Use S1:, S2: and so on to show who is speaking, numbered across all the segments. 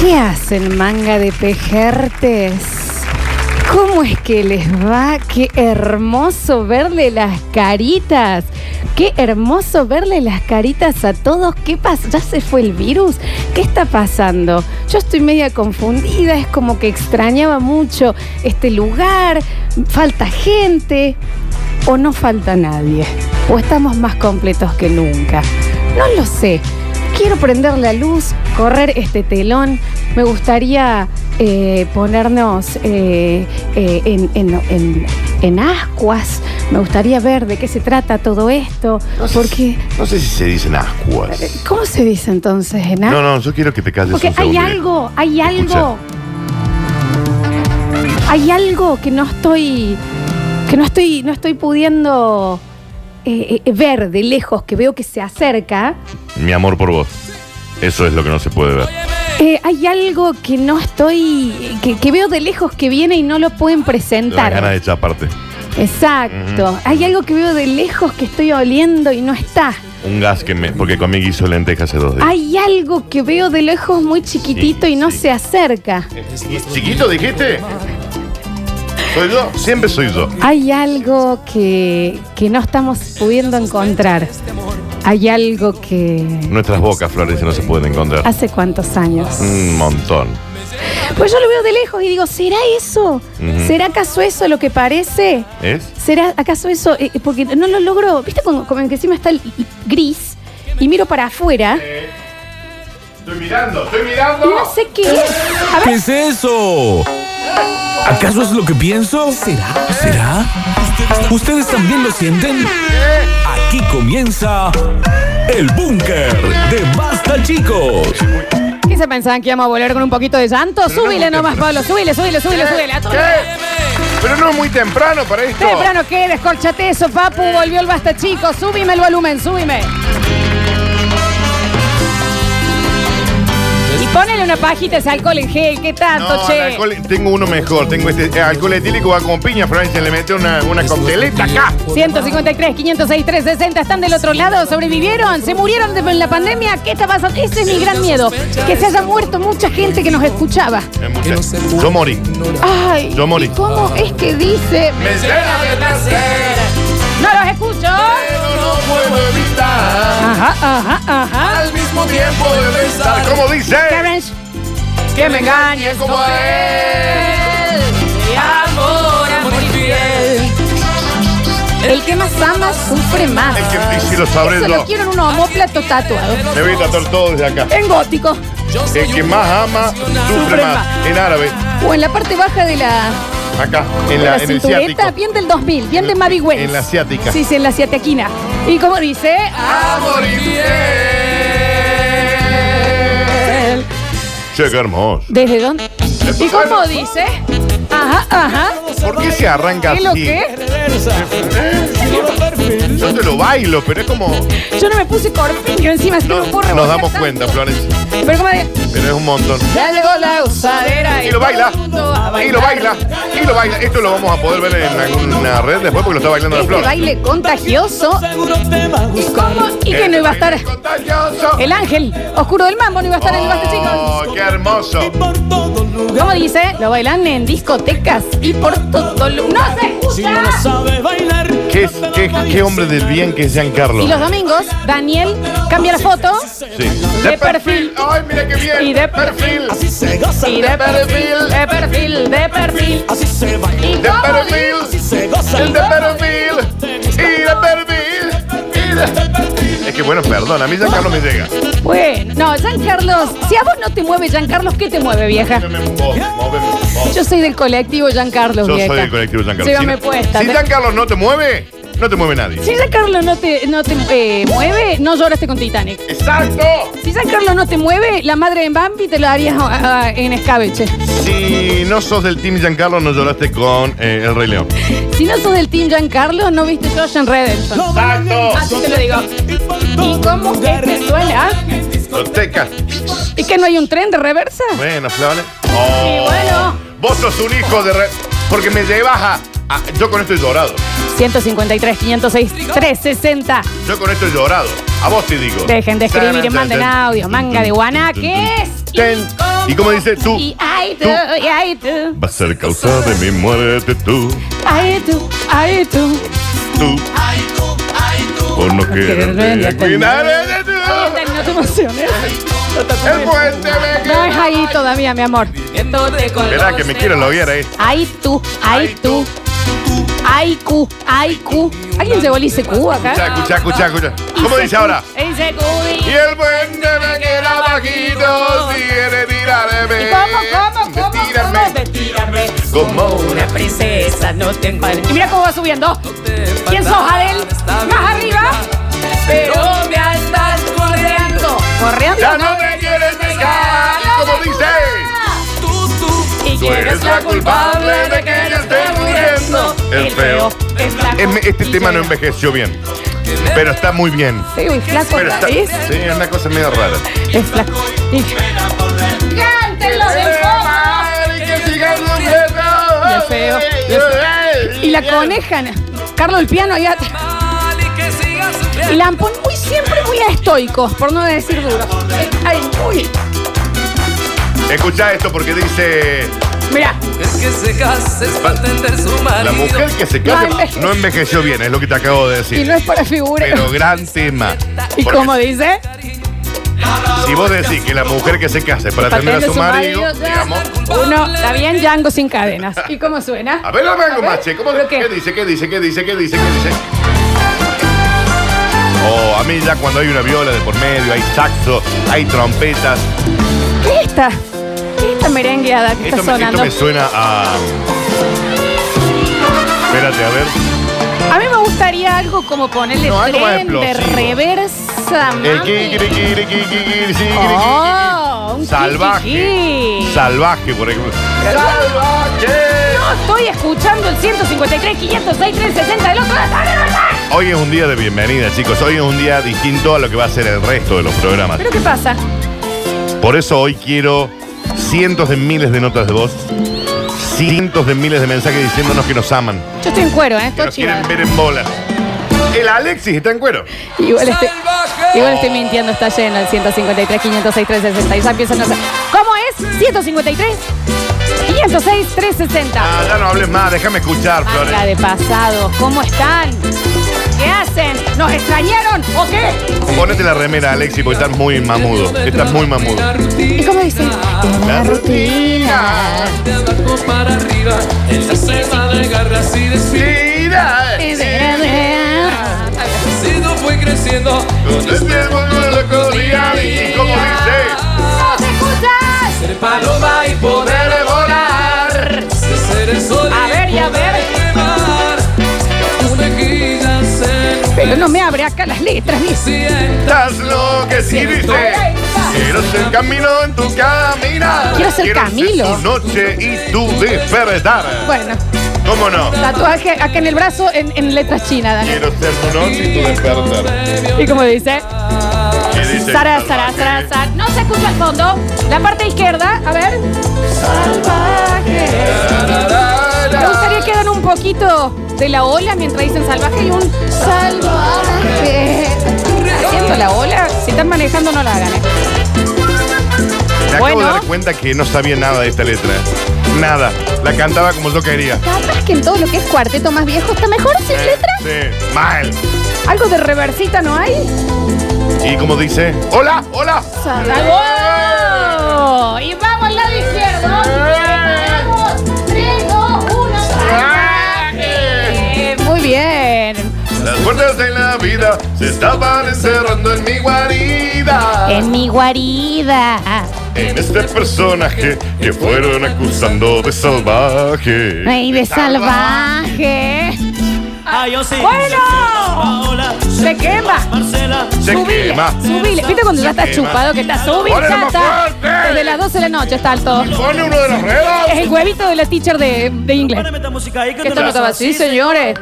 S1: ¿Qué hacen manga de pejertes? ¿Cómo es que les va? Qué hermoso verle las caritas. Qué hermoso verle las caritas a todos. ¿Qué pasa? ¿Ya se fue el virus? ¿Qué está pasando? Yo estoy media confundida. Es como que extrañaba mucho este lugar. Falta gente. O no falta nadie. O estamos más completos que nunca. No lo sé. Quiero prender la luz, correr este telón. Me gustaría eh, ponernos eh, eh, en, en- en- en ascuas. Me gustaría ver de qué se trata todo esto.
S2: No sé
S1: Porque,
S2: si- No sé si se dicen ascuas.
S1: Eh, ¿cómo se dice entonces en
S2: No,
S1: ascuas?
S2: no, yo quiero que te calles
S1: Porque
S2: un
S1: hay
S2: segundo.
S1: algo, hay
S2: Escucha.
S1: algo. Hay algo que no estoy. que no estoy. no estoy pudiendo eh, eh, ver de lejos, que veo que se acerca.
S2: Mi amor por vos. Eso es lo que no se puede ver.
S1: Eh, hay algo que no estoy. Que, que veo de lejos que viene y no lo pueden
S2: La
S1: presentar.
S2: ganas de chaparte.
S1: Exacto.
S2: Ujú.
S1: Hay algo que veo de lejos que estoy oliendo y no está.
S2: Un gas que me. Porque comí guiso de lentejas hace dos días.
S1: Hay algo que veo de lejos muy chiquitito
S2: Sí,
S1: y no
S2: sí.
S1: se acerca.
S2: ¿Y- ¿Chiquito dijiste? Soy yo, siempre soy yo.
S1: Hay algo que, que no estamos pudiendo encontrar. Hay algo que...
S2: Nuestras bocas, Florencia, no se pueden encontrar.
S1: ¿Hace cuántos años?
S2: Un montón.
S1: Pues yo lo veo de lejos y digo, ¿será eso?
S2: Ujú.
S1: ¿Será acaso eso lo que parece?
S2: ¿Es?
S1: ¿Será acaso eso? Eh, eh, porque no lo logro, ¿viste? Como, como que encima está el el gris y miro para afuera
S2: Estoy mirando, estoy
S1: y
S2: mirando.
S1: no sé qué es. A
S3: ¿Qué
S1: ver,
S3: es eso? ¿Acaso es lo que pienso? ¿Será? ¿Será? ¿Ustedes también lo sienten? Aquí comienza el búnker de Basta Chicos.
S1: ¿qué se pensaban que íbamos a volver con un poquito de llanto?
S2: Pero no
S1: súbile
S2: muy
S1: nomás,
S2: temprano.
S1: Pablo, súbile, súbile, súbile, súbile. a todo.
S2: Pero no es muy temprano para esto.
S1: Temprano que descorchate eso, papu,
S2: Eh.
S1: volvió el basta chico, súbime el volumen, súbime. Y ponele una pajita ese alcohol en gel, qué tanto,
S2: No,
S1: che.
S2: el alcohol- tengo uno mejor. Tengo este eh, alcohol etílico, va como piña, Florencia. Le metió una, una cocteleta acá.
S1: 153, 506, 360 están del otro lado, sobrevivieron, se murieron de en la pandemia, ¿qué está pasando? Ese es mi gran miedo, que se haya muerto mucha gente que nos escuchaba.
S2: Es mucho. Yo morí.
S1: Ay,
S2: Yo morí. Ah.
S1: ¿y ¿cómo es que dice?
S2: Me llena de placer,
S1: ¡No los escucho!
S2: pero no puedo evitar.
S1: Ajá, ajá, ajá.
S2: Al mismo tiempo de pensar. ¿Cómo dice?
S1: Terence, que me engañes
S2: como
S1: con eh.
S2: él.
S1: Y amor, amor infiel. El que más ama sufre más.
S2: Es que si lo sabré
S1: Eso lo
S2: yo.
S1: quiero en un homóplato tatuado.
S2: Me voy a tratar todo desde acá.
S1: En gótico.
S2: El que más ama sufre
S1: Sufre
S2: más.
S1: más.
S2: En árabe,
S1: O en la parte baja de la,
S2: acá, en,
S1: de
S2: la,
S1: la
S2: en el ciático.
S1: cintureta. Bien del 2000, bien de Mavi Wells.
S2: En la asiática.
S1: Sí, sí, en la asiatiquina. Y como dice...
S2: Amor infiel. Che, qué hermoso.
S1: ¿Desde dónde? ¿Y cómo dice? Ajá, ajá.
S2: ¿Por qué se arranca
S1: ¿Qué lo
S2: así?
S1: que?
S2: Yo te lo bailo, pero es como.
S1: Yo no me puse corpiño encima, así que
S2: no-
S1: no puedo
S2: nos
S1: rebotar
S2: damos
S1: tanto.
S2: cuenta, Florencia.
S1: Pero como de-
S2: Pero es un montón.
S1: Ya llegó la usadera
S2: Y lo baila. Y lo baila. Y lo baila. Esto lo vamos a poder ver en alguna red después porque lo está bailando la
S1: Este
S2: flor.
S1: baile contagioso. ¿Y cómo? ¿Y que no iba a estar?
S2: Contagioso.
S1: El ángel oscuro del mambo no iba a estar en el basta, chicos.
S2: Oh, qué hermoso.
S1: ¿Cómo dice? Lo bailan en discotecas y por todo lu- ¡No se escucha!
S2: ¿Qué, es- qué, qué hombre del bien que es Giancarlo.
S1: Y los domingos, Daniel cambia la foto.
S2: Sí.
S1: De perfil.
S2: Ay, mira qué bien.
S1: Y de perfil. Y de perfil, de perfil, de perfil. ¿Y
S2: De
S1: cómo
S2: perfil. El de perfil. Y de perfil. Y de- Es que bueno, perdón, a mí Giancarlo me llega.
S1: dice? Bueno, no, Jean Carlos, si a vos no te mueve Jean Carlos, ¿qué te mueve, vieja?
S2: Yo me muevo, móveme, móveme.
S1: Yo soy del colectivo Giancarlo,
S2: Yo
S1: vieja.
S2: soy del colectivo Giancarlo.
S1: Llévame
S2: Si-
S1: puesta.
S2: Si Giancarlo no te mueve, no te mueve nadie.
S1: Si Giancarlo no te, no te eh, mueve, no lloraste con Titanic.
S2: ¡Exacto!
S1: Si Giancarlo no te mueve, la madre de Bambi te la harías ah, ah, en escabeche.
S2: Si no sos del team Giancarlo, no lloraste con eh, el Rey León.
S1: Si no sos del team Giancarlo, no viste Josh en Redemption. Así te lo digo. ¿Y cómo que te suena?
S2: Discotecas.
S1: ¿Y que no hay un tren de reversa?
S2: Bueno, Flores.
S1: Y bueno.
S2: Vos sos un hijo de re... Porque me llevas a... a- Yo con esto he llorado.
S1: 153, 506, 360.
S2: Yo con esto he llorado. A vos te digo.
S1: Dejen de escribir, manden audio. Manga de guaná,
S2: guana
S1: ¿qué es?
S2: Ten, Y como dice tú,
S1: Y ay tú,
S2: Tú.
S1: y ay tú,
S2: va a ser causa de mi muerte tú,
S1: ay tú, ay tú.
S2: tú. Por no quererte
S1: quererme,
S2: cuidar de
S1: Ay,
S2: tú.
S1: Dani, no te emociones.
S2: El puente me
S1: No es ahí todavía, mi amor.
S2: Verá que me quieren la hoguera, eh.
S1: Ay tú, ay tú. Ay cu, ay cu. ¿Alguien llegó el ICQ
S2: Escucha,
S1: acá?
S2: escucha, escucha, escucha. ¿Cómo dice ahora? Ah. Y
S1: ICQ.
S2: el puente me queda bajito, si quiere tirarme.
S1: ¿Cómo, cómo, cómo, cómo?
S2: Tírame
S4: Retírame
S2: como una.
S4: princesa, no tengo
S1: Y mira cómo va subiendo. ¿Quién sos, Adel? Más arriba.
S4: Pero me estás corriendo.
S2: Ya
S1: Corriendo.
S2: no me quieres dejar, y como dice.
S4: Tú, tú. Y
S2: Tú eres la culpable de que yo esté muriendo. El feo.
S4: es la
S2: Em- Este tema no envejeció bien, pero está muy bien.
S1: Feo y flaco.
S2: Pero está, sí,
S1: Es
S2: es una cosa medio rara.
S1: es flaco. Y- Cántelo de forma.
S2: Y
S1: el feo, y el Y la conejan. Carlos el piano allá atrás.
S4: mal y que sigas
S1: Y
S4: sufriendo.
S1: Lampón muy siempre muy estoicos, por no decir duro. Eh, Ay, uy.
S2: Escucha esto porque dice
S1: Mira,
S4: Es que se casa es para atender su marido.
S2: la mujer que se
S1: No
S2: casa
S1: envejeció.
S2: no envejeció bien, es lo que te acabo de
S1: y no
S2: decir.
S1: es para figura.
S2: Pero gran tema.
S1: y
S2: Porque
S1: como dice,
S2: si vos decís que la mujer que se case para atender a
S1: patente
S2: su marido,
S1: ya.
S2: digamos,
S1: uno, está bien Django sin cadenas. ¿Y cómo suena?
S2: a ver, a ver, mache, ¿cómo,
S1: ¿Pero
S2: qué?
S1: qué?
S2: dice? ¿Qué dice? ¿Qué dice? ¿Qué dice? ¿Qué dice? Oh, a mí ya cuando hay una viola de por medio, hay saxo, hay trompetas,
S1: ¿Qué es esta? ¿Qué es esta merengueada que
S2: Esto
S1: está
S2: me, esto
S1: sonando?
S2: me suena a. Espérate, a ver.
S1: A mí me gustaría algo como ponerle
S2: No, algo más
S1: tren de
S2: explosivo.
S1: reversa.
S2: El
S1: mami.
S2: kikiri, kikiri, kikiri, kikiri, kikiri,
S1: Oh, un
S2: Salvaje.
S1: kikiri.
S2: Salvaje, por ejemplo. ¡Salvaje!
S1: No estoy escuchando el 153, 506, 360 del otro lado.
S2: Hoy es un día de bienvenida, chicos. Hoy es un día distinto a lo que va a ser el resto de los programas.
S1: ¿Pero qué pasa?
S2: Por eso hoy quiero cientos de miles de notas de voz, cientos de miles de mensajes diciéndonos que nos aman,
S1: Yo estoy en cuero, ¿eh?
S2: que
S1: Estoy
S2: nos quieren
S1: chiva.
S2: ver en bolas. El Alexis está en cuero.
S1: Igual estoy,
S4: Salvaje.
S1: igual estoy mintiendo, está lleno el 153, 506, 360. Ya empiezan a hacer- ¿Cómo es? 153, 506, 360.
S2: Ah, ya no hables más, déjame
S1: Ah,
S2: escuchar, Ah, Flores.
S1: Manga de pasado, ¿cómo están? ¿Qué hacen? ¿Nos extrañaron o qué?
S2: Ponete la remera, Alexi, porque estás muy mamudo. Estás muy mamudo.
S1: ¿Y cómo dicen? En la rutina.
S4: De abajo para arriba, en la cena de garras y de espinas. Así no fui creciendo.
S1: ¡No te escuchas!
S4: Ser paloma y poder volar. De ser el sol y
S1: A ver, y a
S4: poder
S1: ver.
S4: quemar. Tus mejillas en
S1: Pero no me abre acá las letras, dice.
S4: siento.
S2: Estás lo que sí dice. Quiero ser camino en tu camina.
S1: Quiero ser Camilo.
S2: tu noche y tu despertar.
S1: Bueno,
S2: ¿Cómo no?
S1: tatuaje acá en el brazo en, en letras chinas, Daniel.
S2: Quiero ser tu noche y tu despertar.
S1: ¿Y cómo dice?
S2: ¿Qué dice?
S1: Sara, Sara, Sara, Sara. No se escucha el fondo. La parte izquierda, a ver. Salvaje. Me gustaría que hagan un poquito de la ola mientras dicen salvaje y un salvaje. Haciendo la ola. Si están manejando, no la hagan. ¿eh?
S2: Me acabo
S1: Bueno.
S2: de dar cuenta que no sabía nada de esta letra. Nada. La cantaba como yo quería.
S1: Capaz que en todo lo que es cuarteto más viejo está mejor sin
S2: Eh,
S1: letra.
S2: Sí. Mal.
S1: Algo de reversita no hay.
S2: Y como dice. ¡Hola! ¡Hola!
S1: ¡Wow! Y vamos al lado izquierdo. Vamos. 3, 2, 1. Salvaje. Muy bien.
S2: Las puertas de la vida se estaban encerrando en mi guarida.
S1: En mi guarida.
S2: En este personaje que fueron acusando de salvaje.
S1: Ay, de salvaje.
S5: Ah, yo sí.
S1: ¡Bueno!
S5: Paola,
S1: Se quema.
S5: Marcela.
S2: Se
S1: Subile,
S2: quema.
S1: subile. ¿Viste cuando ya está
S2: quema.
S1: chupado que está subir,
S2: Ponelo más fuerte.
S1: Desde las 12 de la noche está alto.
S2: Pone uno de los
S1: Es
S2: redos.
S1: el huevito de la teacher de, de inglés.
S5: Párame esta música ahí que
S1: Que
S5: te
S1: esto no
S5: la
S1: estaba así, señores.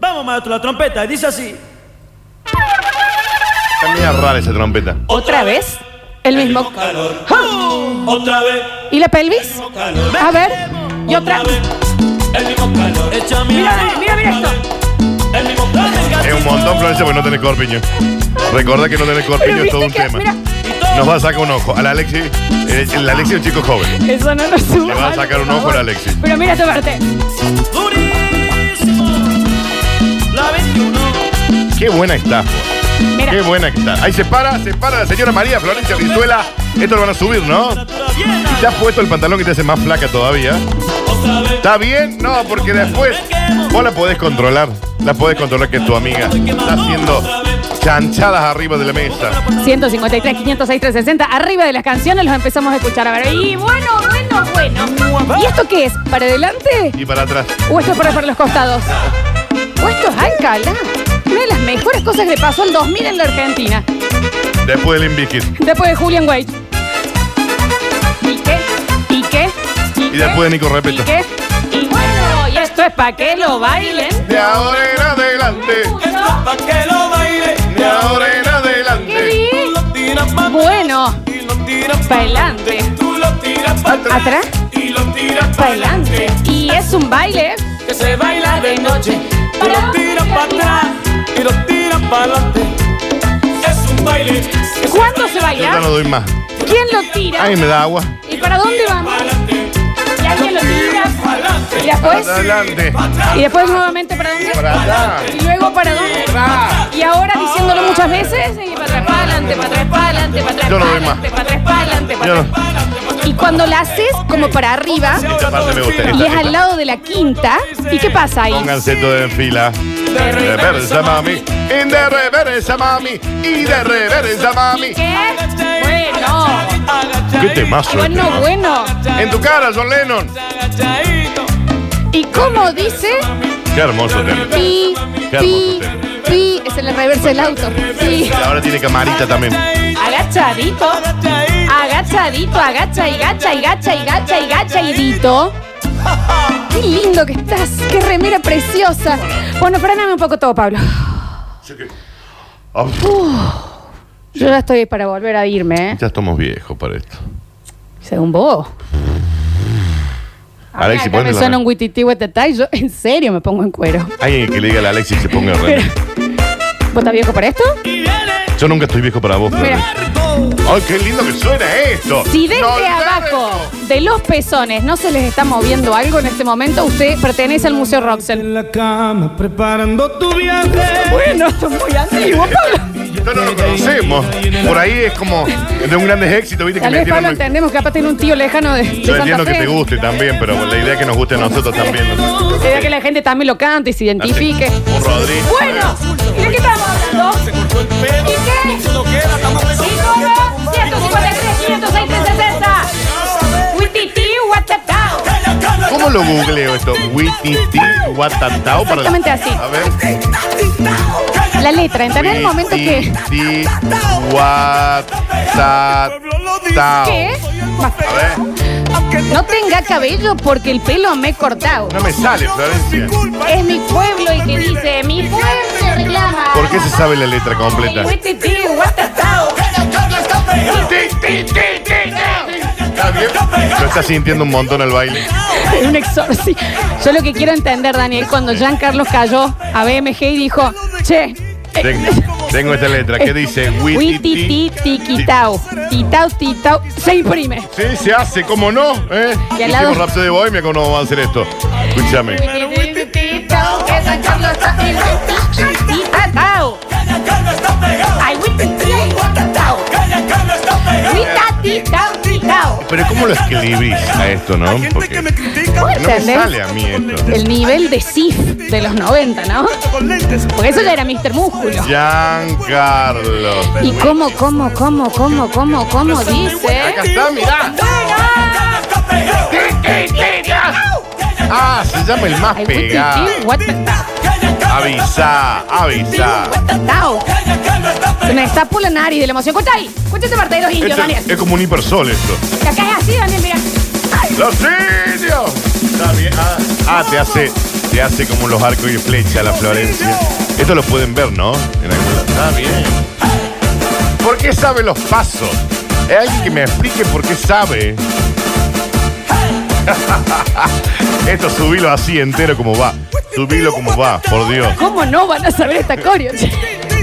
S5: Vamos, maestro, la trompeta. Dice así.
S2: También es rara esa trompeta.
S1: ¿Otra vez? El mismo.
S5: Calor.
S1: ¡Ja!
S5: Otra vez.
S1: ¿Y la pelvis?
S5: Calor.
S1: A ver. Y otra.
S5: vez. El mismo calor. Échame
S1: Mira,
S5: agua.
S1: mira, mira
S5: Otra
S1: esto.
S5: vez. El mismo calor.
S2: Es un montón, Florencia, porque no tenés corpiño. Recuerda que no tenés corpiño es todo un
S1: que,
S2: tema.
S1: mira,
S5: Y
S2: Nos va a sacar un ojo. Al Alexi, el, el Alexi es un chico joven.
S1: Eso no nos suma.
S2: Le va a sacar un
S1: por
S2: ojo
S1: favor.
S2: al Alexi.
S1: Pero mira tu parte.
S5: Durísimo. La 21.
S2: Qué buena está.
S1: Mira.
S2: Qué buena que está. Ahí se para, se para la señora María Florencia Brizuela. Esto lo van a subir, ¿no?
S5: Temperatura bien
S2: Te has puesto el pantalón que te hace más flaca todavía.
S5: alta. Otra vez.
S2: ¿Está bien? No, porque después vos la podés controlar. La podés controlar que tu amiga está haciendo chanchadas arriba de la mesa.
S1: 153, 506, 360. Arriba de las canciones los empezamos a escuchar. A ver. Y bueno, bueno, bueno. ¿Y esto qué es? ¿Para adelante?
S2: Y para atrás.
S1: ¿O esto es para, para los costados? ¿O esto es Alcalá? Una de las mejores cosas que le pasó al 2000 en la Argentina.
S2: Después del Inviskit.
S1: Después de Julian Wade. ¿Y qué? ¿Y qué?
S2: Y después de Nico Repetto.
S1: ¿Y qué? Y bueno, y esto es para que lo bailen.
S2: De ahora en adelante.
S5: Esto es pa' que lo baile.
S2: De ahora en
S1: ¡Qué
S2: adelante.
S5: Tú
S1: bien!
S5: lo tiras pa'
S1: Bueno,
S5: y lo tiras pa'
S1: Pa'lante.
S5: Tú lo tiras pa'
S1: atrás,
S5: y lo tiras pa'
S1: pa'lante. Y es un baile.
S5: Que se baila de noche. Tú lo tiras pa' atrás y lo tiras pa' adelante. Es un baile. que se
S1: ¿Cuándo se
S2: Yo ya
S1: baila?
S2: no doy más.
S1: ¿Quién lo tira?
S2: Ay, me da agua.
S1: ¿Y para dónde vamos?
S5: pa'lante,
S1: ¿Y alguien lo tira?
S5: pa'lante.
S1: ¿Y después?
S2: Para adelante.
S1: ¿Y después nuevamente para dónde?
S2: Para atrás.
S1: ¿Y luego para dónde?
S2: Atrás.
S1: Y ahora diciéndolo muchas veces. Y para atrás, pa'lante, para atrás, pa'lante, para atrás,
S2: Yo no doy más.
S1: pa'lante, para atrás, pa'lante, para
S2: Yo
S1: atrás. Y cuando la haces como para arriba
S2: Esta parte me gusta.
S1: y
S2: Esta,
S1: es al
S2: esta.
S1: lado de la quinta, ¿y qué pasa ahí?
S2: Pónganse todos en fila. De reversa, mami. Y de reversa, mami. Y de reversa, mami.
S1: ¿Qué? Bueno.
S2: Qué temazo. este,
S1: Bueno,
S2: ¿no?
S1: bueno.
S2: En tu cara, John Lennon.
S1: ¿Y cómo dice?
S2: Qué hermoso tema.
S1: Pi,
S2: Qué
S1: pi,
S2: hermoso tema.
S1: pi. Es el reversa del auto. Pi.
S2: Ahora tiene camarita también.
S1: Agachadito. Agachadito, agacha y gacha y gacha y gacha y gacha y dito. Qué lindo que estás. Qué remera preciosa. Bueno, frename un poco todo, Pablo.
S2: Ah,
S1: Yo ya estoy para volver a irme, ¿eh?
S2: ya estamos viejos para esto.
S1: Según vos. A mí
S2: Alexi,
S1: acá me
S2: ponle la
S1: suena
S2: mano.
S1: un huitití huetatá y yo en serio me pongo en cuero.
S2: Alguien que le diga a la Alexi que se ponga re.
S1: ¿Vos estás viejo para esto?
S2: Yo nunca estoy viejo para vos,
S1: Mira.
S2: Florencia. ¡Ay, qué lindo que suena esto!
S1: Si desde
S2: ¡Volver!
S1: abajo de los pezones no se les está moviendo algo en este momento, usted pertenece al Museo Roxel.
S5: En la cama preparando tu viaje.
S1: Bueno, esto es muy antiguo, Pablo.
S2: No, no lo conocemos. Por ahí es como de un gran éxito, ¿viste?
S1: Tal
S2: que
S1: vez
S2: metieron
S1: Pablo
S2: un-
S1: entendemos que capaz tiene un tío lejano de, de
S2: Yo
S1: Santa
S2: entiendo que
S1: Fe.
S2: te guste también, pero la idea es que nos guste a nosotros también. ¿no?
S1: La idea es que la gente también lo cante y se
S2: Así.
S1: identifique.
S2: Un Rodrigo.
S1: Bueno, ¿y de qué estamos hablando? ¿Y qué? Psicólogo, 153, 506, 360. Huitití, huatatao.
S2: ¿Cómo lo googleo esto? Wititi Watatao para la-
S1: Exactamente así.
S2: A ver.
S1: La letra, ¿entendés el momento que...?
S2: Wititi Watatao.
S1: ¿Qué?
S2: A ver.
S1: No tenga cabello porque el pelo me he cortado.
S2: No me sale, Florencia.
S1: Es mi pueblo el que dice, mi pueblo reclama.
S2: ¿Por qué se sabe la letra completa?
S1: Huitití, huatatao.
S2: ¿Está bien? Lo está sintiendo un montón al baile.
S1: Es un exorcismo. Yo lo que quiero entender, Daniel, cuando Giancarlo cayó a BMG y dijo, che, eh,
S2: Ten- Tengo esta letra que dice
S1: Huititi
S2: Wititi.
S1: tiquitao. Titao, titao, se imprime.
S2: Sí, se hace, ¿cómo no? ¿Eh?
S1: Y al lado-
S2: Hicimos Rhapsody de Bohemia, ¿cómo no vamos a hacer esto? Escúchame.
S1: Titao. Ay, huititi, huatatao. Huitatitao, titao.
S2: Pero ¿cómo lo escribís a esto, no? Porque no me
S1: ¿Entendés?
S2: sale a mí esto.
S1: El nivel de SIF de los 90, ¿no? Porque eso ya era Mr. Músculo.
S2: Giancarlo.
S1: ¿Y cómo, cómo, cómo, cómo, cómo, cómo dice?
S2: Acá está, mirá. Ah, se llama el más
S1: Ay,
S2: pegado.
S1: huititi, huatatao.
S2: Avisa, avisa.
S1: Tao. Se me destapó la nariz de la emoción. Escucha ahí. Escucha este parte de los indios,
S2: Esto
S1: Daniel.
S2: es como un hipersol esto.
S1: La caja así, Daniel, mira. Ay,
S2: ¡Los indios! Está bien, Ah, ah, te hace, te hace como los arcos y flecha la Florencia. Esto lo pueden ver, ¿no? En algún lado. Está bien. ¿Por qué sabe los pasos? Hay alguien que me explique por qué sabe. Esto subilo así entero como va. Subilo como va, por Dios.
S1: ¿Cómo no van a saber esta coreo? che?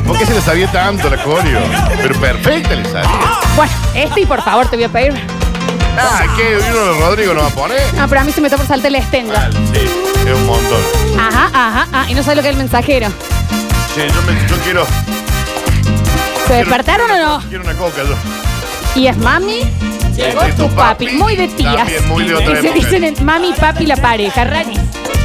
S2: ¿Por qué se le sabía tanto la coreo? Pero perfecta le sabía.
S1: Bueno, este y por favor te voy a pedir.
S2: Ah, ¿qué? ¿Uno de Rodrigo no va a poner?
S1: Ah, pero a mí se me está por saltar el estendo.
S2: Ah, sí, es un montón.
S1: Ajá, ajá, ajá. Y no sabe lo que es el mensajero.
S2: Che, yo, me, yo quiero...
S1: ¿Se despertaron o no?
S2: Quiero una coca yo.
S1: Y es mami, llegó tu papi. Muy de tías.
S2: También, muy de otra
S1: Y se
S2: época.
S1: dicen en mami y papi la pareja, Rani.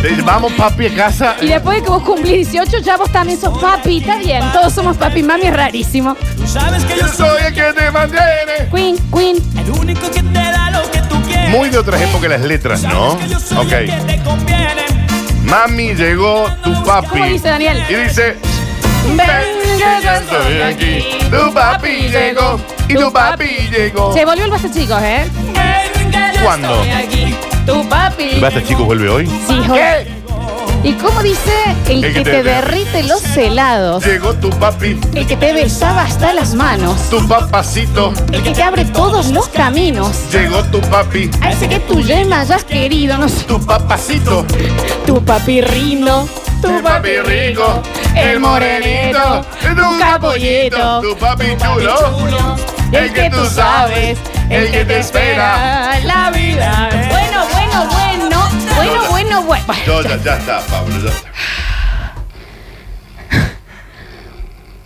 S2: Le dice, Vamos, papi, a casa.
S1: Y después de que vos cumplís 18, ya vos también sos papi. Está bien, todos somos papi y mami, es rarísimo.
S5: Tú sabes que yo
S2: Yo
S5: soy
S2: soy el que te mantiene.
S1: Queen, queen.
S5: el único que te da lo que tú quieres.
S2: Muy de otras épocas las letras,
S5: Sabes
S2: ¿no?
S5: que yo soy el
S2: Ok.
S5: que te conviene.
S2: Mami, llegó tu papi.
S1: ¿Cómo dice Daniel?
S2: Y dice...
S1: Venga, yo soy aquí.
S2: Tu papi llegó y tu papi llegó.
S1: Se volvió el basta, chicos, ¿eh?
S5: Venga, yo
S2: ¿Cuándo?
S5: estoy aquí.
S1: Tu papi.
S2: ¿Basta, chicos, vuelve hoy?
S1: Sí, hijo.
S2: ¿Qué?
S1: ¿Y cómo dice el que te derrite los helados?
S2: Llegó tu papi,
S1: El que te besaba hasta las manos.
S2: tu papacito.
S1: El que te abre todos los caminos.
S2: Llegó tu papi,
S1: A ese que tu yema hayas querido, no sé.
S2: tu papacito.
S1: Tu papirrino.
S2: Tu papi rico, el morenito, tu capollito, tu papi chulo.
S1: El que tú sabes, el que te espera, la vida. Bueno, bueno, bueno, bueno, bueno, bueno.
S2: Yo ya, ya está, Pablo, ya está.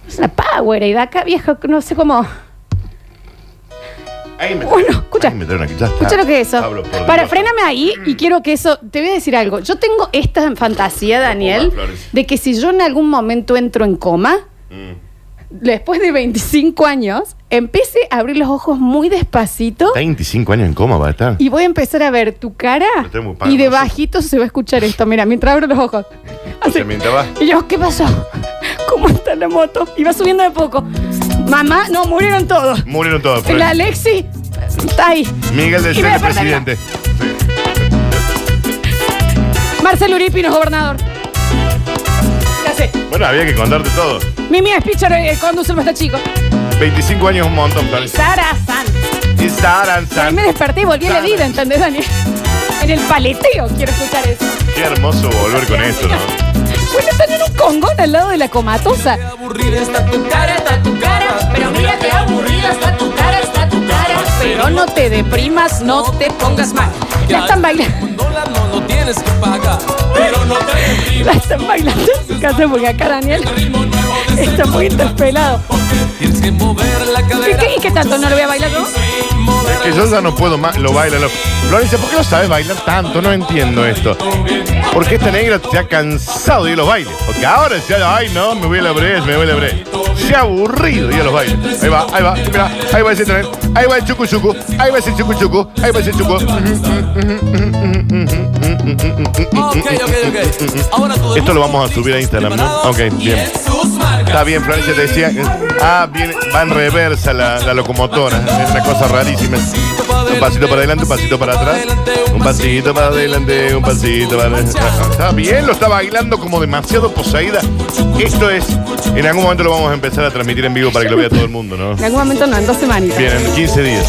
S1: Es una power y de acá, viejo, no sé cómo.
S2: Ahí me
S1: Bueno, escucha.
S2: Ahí me traen aquí, ya está.
S1: Escucha lo que es eso.
S2: Pablo, por
S1: Para,
S2: Dios.
S1: fréname ahí y quiero que eso. Te voy a decir algo. Yo tengo esta fantasía, Daniel,
S2: Florencia.
S1: de que si yo en algún momento entro en coma, después de 25 años, empiece a abrir los ojos muy despacito
S2: 25 años en coma va a estar.
S1: y voy a empezar a ver tu cara.
S2: Lo tengo muy pago,
S1: Y de
S2: sí.
S1: bajito se va a escuchar esto. Mira, mientras abro los ojos. Así.
S2: Se mientras va.
S1: Y yo, ¿qué pasó? ¿Cómo está la moto? Y va subiendo de poco. Mamá, no, murieron todos.
S2: Murieron todos.
S1: El
S2: Florencia.
S1: Alexi está ahí.
S2: Miguel del
S1: Y me
S2: Cine,
S1: desperté, mira.
S2: presidente.
S1: Marcelo Uripino es gobernador. Ya sé.
S2: Bueno, había que contarte todo.
S1: Mimi es pitcher, eh, conduce el está chico.
S2: 25 años es un montón, Florencia.
S1: Sara San.
S2: Y Saran,
S1: Ahí
S2: San.
S1: me desperté y volví a la
S2: Ah. Sara.
S1: vida, ¿entendés, Daniel? En el paleteo quiero escuchar eso.
S2: Qué hermoso volver con esto, ¿no?
S1: Bueno, están en un congón al lado de la comatosa.
S5: Aburrida está tu cara, está tu cara.
S1: Pero mira qué aburrida está tu cara, está tu cara. Pero no te deprimas, no te pongas mal. La están bailando,
S5: Un dólar no lo tienes que pagar. Pero no te
S1: la
S5: deprimas.
S1: están bailando en su casa porque acá Daniel
S5: Ritmo nuevo de
S1: está muy interpelado.
S5: Porque tienes que mover la
S1: ¿Y
S5: cadera.
S1: qué, y qué tanto? ¿No lo voy a bailar yo?
S5: Sí, mover
S2: Que yo ya no puedo más, lo baila. Lo... Florencia, ¿por qué no sabes bailar tanto? No entiendo esto. Porque esta negra se ha cansado de ir a los bailes. Porque ahora ya, ay no, me voy a la brecha, me voy a la brecha. Se ha aburrido de ir a los bailes. Ahí va, ahí va, mira, ahí va ese tren, ahí va el chucu chucu, ahí va ese chucu chucu, ahí va ese chucu.
S5: Ok, ok, ok. Ahora todo el
S2: Esto lo
S5: mundo
S2: vamos a subir a Instagram, ¿no?
S5: preparado
S2: Ok,
S5: y
S2: bien.
S5: en sus marcas.
S2: Está bien, Florencia te decía, ah, viene, va en reversa la, la locomotora. Es una cosa rarísima. Un pasito para adelante, un pasito para atrás. Un pasito para adelante, un pasito para atrás. Está bien, lo está bailando como demasiado poseída. Esto es, en algún momento lo vamos a empezar a transmitir en vivo para que lo vea todo el mundo, ¿no?
S1: En algún momento no, en dos semanas.
S2: Bien, en 15 días.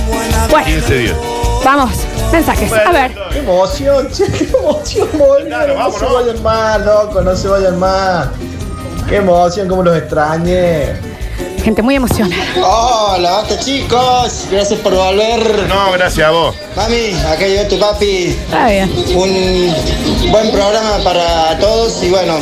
S1: Bueno,
S2: 15 días.
S1: vamos, mensajes. A ver,
S6: Qué emoción, che, qué emoción, boludo.
S2: Claro,
S6: no
S2: vámonos.
S6: se vayan más, loco, no se vayan más. Qué emoción, como los extrañé.
S1: gente muy emocionada.
S7: Hola, basta chicos, gracias por volver.
S2: No, gracias a vos.
S7: Mami, acá llegó tu papi.
S1: Está bien.
S7: Un buen programa para todos y bueno,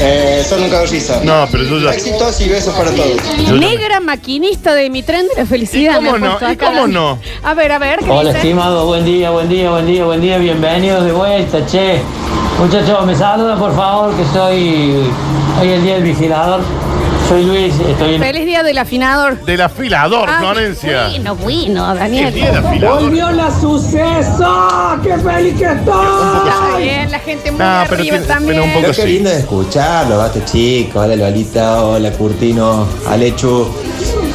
S7: eh, son un caballizo.
S2: No, pero yo ya.
S7: Éxitos y besos para todos.
S2: yo ya-
S1: Negra maquinista de mi tren de la felicidad.
S2: ¿Y cómo
S1: me han
S2: no?
S1: puesto
S2: ¿Y
S1: acá.
S2: cómo no?
S1: A ver, a ver, ¿qué
S8: Hola
S1: dice?
S8: estimado, buen día, buen día, buen día, buen día, bienvenidos de vuelta, che. Muchachos, me saludan por favor, que soy hoy el día del vigilador. Soy Luis, estoy en...
S1: Feliz día del afinador.
S2: Del afilador,
S1: Ah,
S2: Florencia.
S1: Bueno, bueno,
S2: El día del
S1: Daniel.
S2: afilador.
S8: la suceso! ¡Qué feliz que
S1: Está
S8: estoy!
S1: bien, la gente muy
S2: No, pero
S1: arriba
S2: tiene-
S1: también.
S2: pero un poco-
S6: Pero qué
S2: sí.
S6: lindo de escucharlo, basta chicos. Hola Lolita, hola Curtino, Alechu,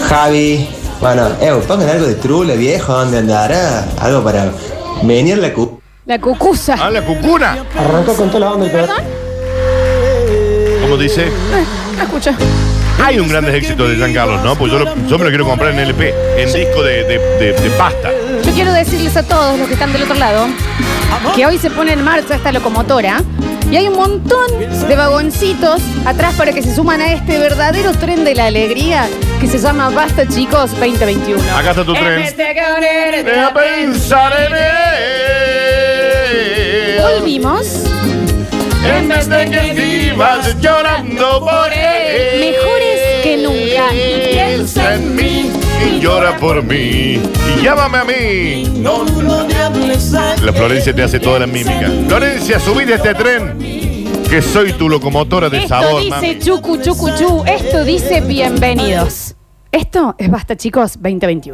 S6: Javi. Bueno, eh, pongan algo de trule, viejo, ¿dónde andará? Algo para venir la cu.
S1: La cucusa.
S2: Ah, la cucuna.
S6: Arrancó con toda la onda el
S1: Perdón,
S2: Como dice.
S1: no escucho.
S2: Hay un grandes éxito de San Carlos, ¿no? Pues yo, lo- yo me lo quiero comprar en LP, en disco de, de- de- de pasta.
S1: Yo quiero decirles a todos los que están del otro lado que hoy se pone en marcha esta locomotora y hay un montón de vagoncitos atrás para que se suman a este verdadero tren de la alegría que se llama Basta Chicos Este 2021.
S2: Acá está tu tren. Voy a pensar en él.
S1: Volvimos.
S2: En vez de que vivas llorando por él.
S1: Mejores que nunca. Y
S2: Piensa en mí y llora por mí. Y llámame a mí. La Florencia te hace toda la mímica. Florencia, subí de este tren. Que soy tu locomotora de
S1: Esto
S2: sabor,
S1: dice
S2: mami.
S1: chucu chucu chu, esto dice bienvenidos. Esto es Basta Chicos 2021.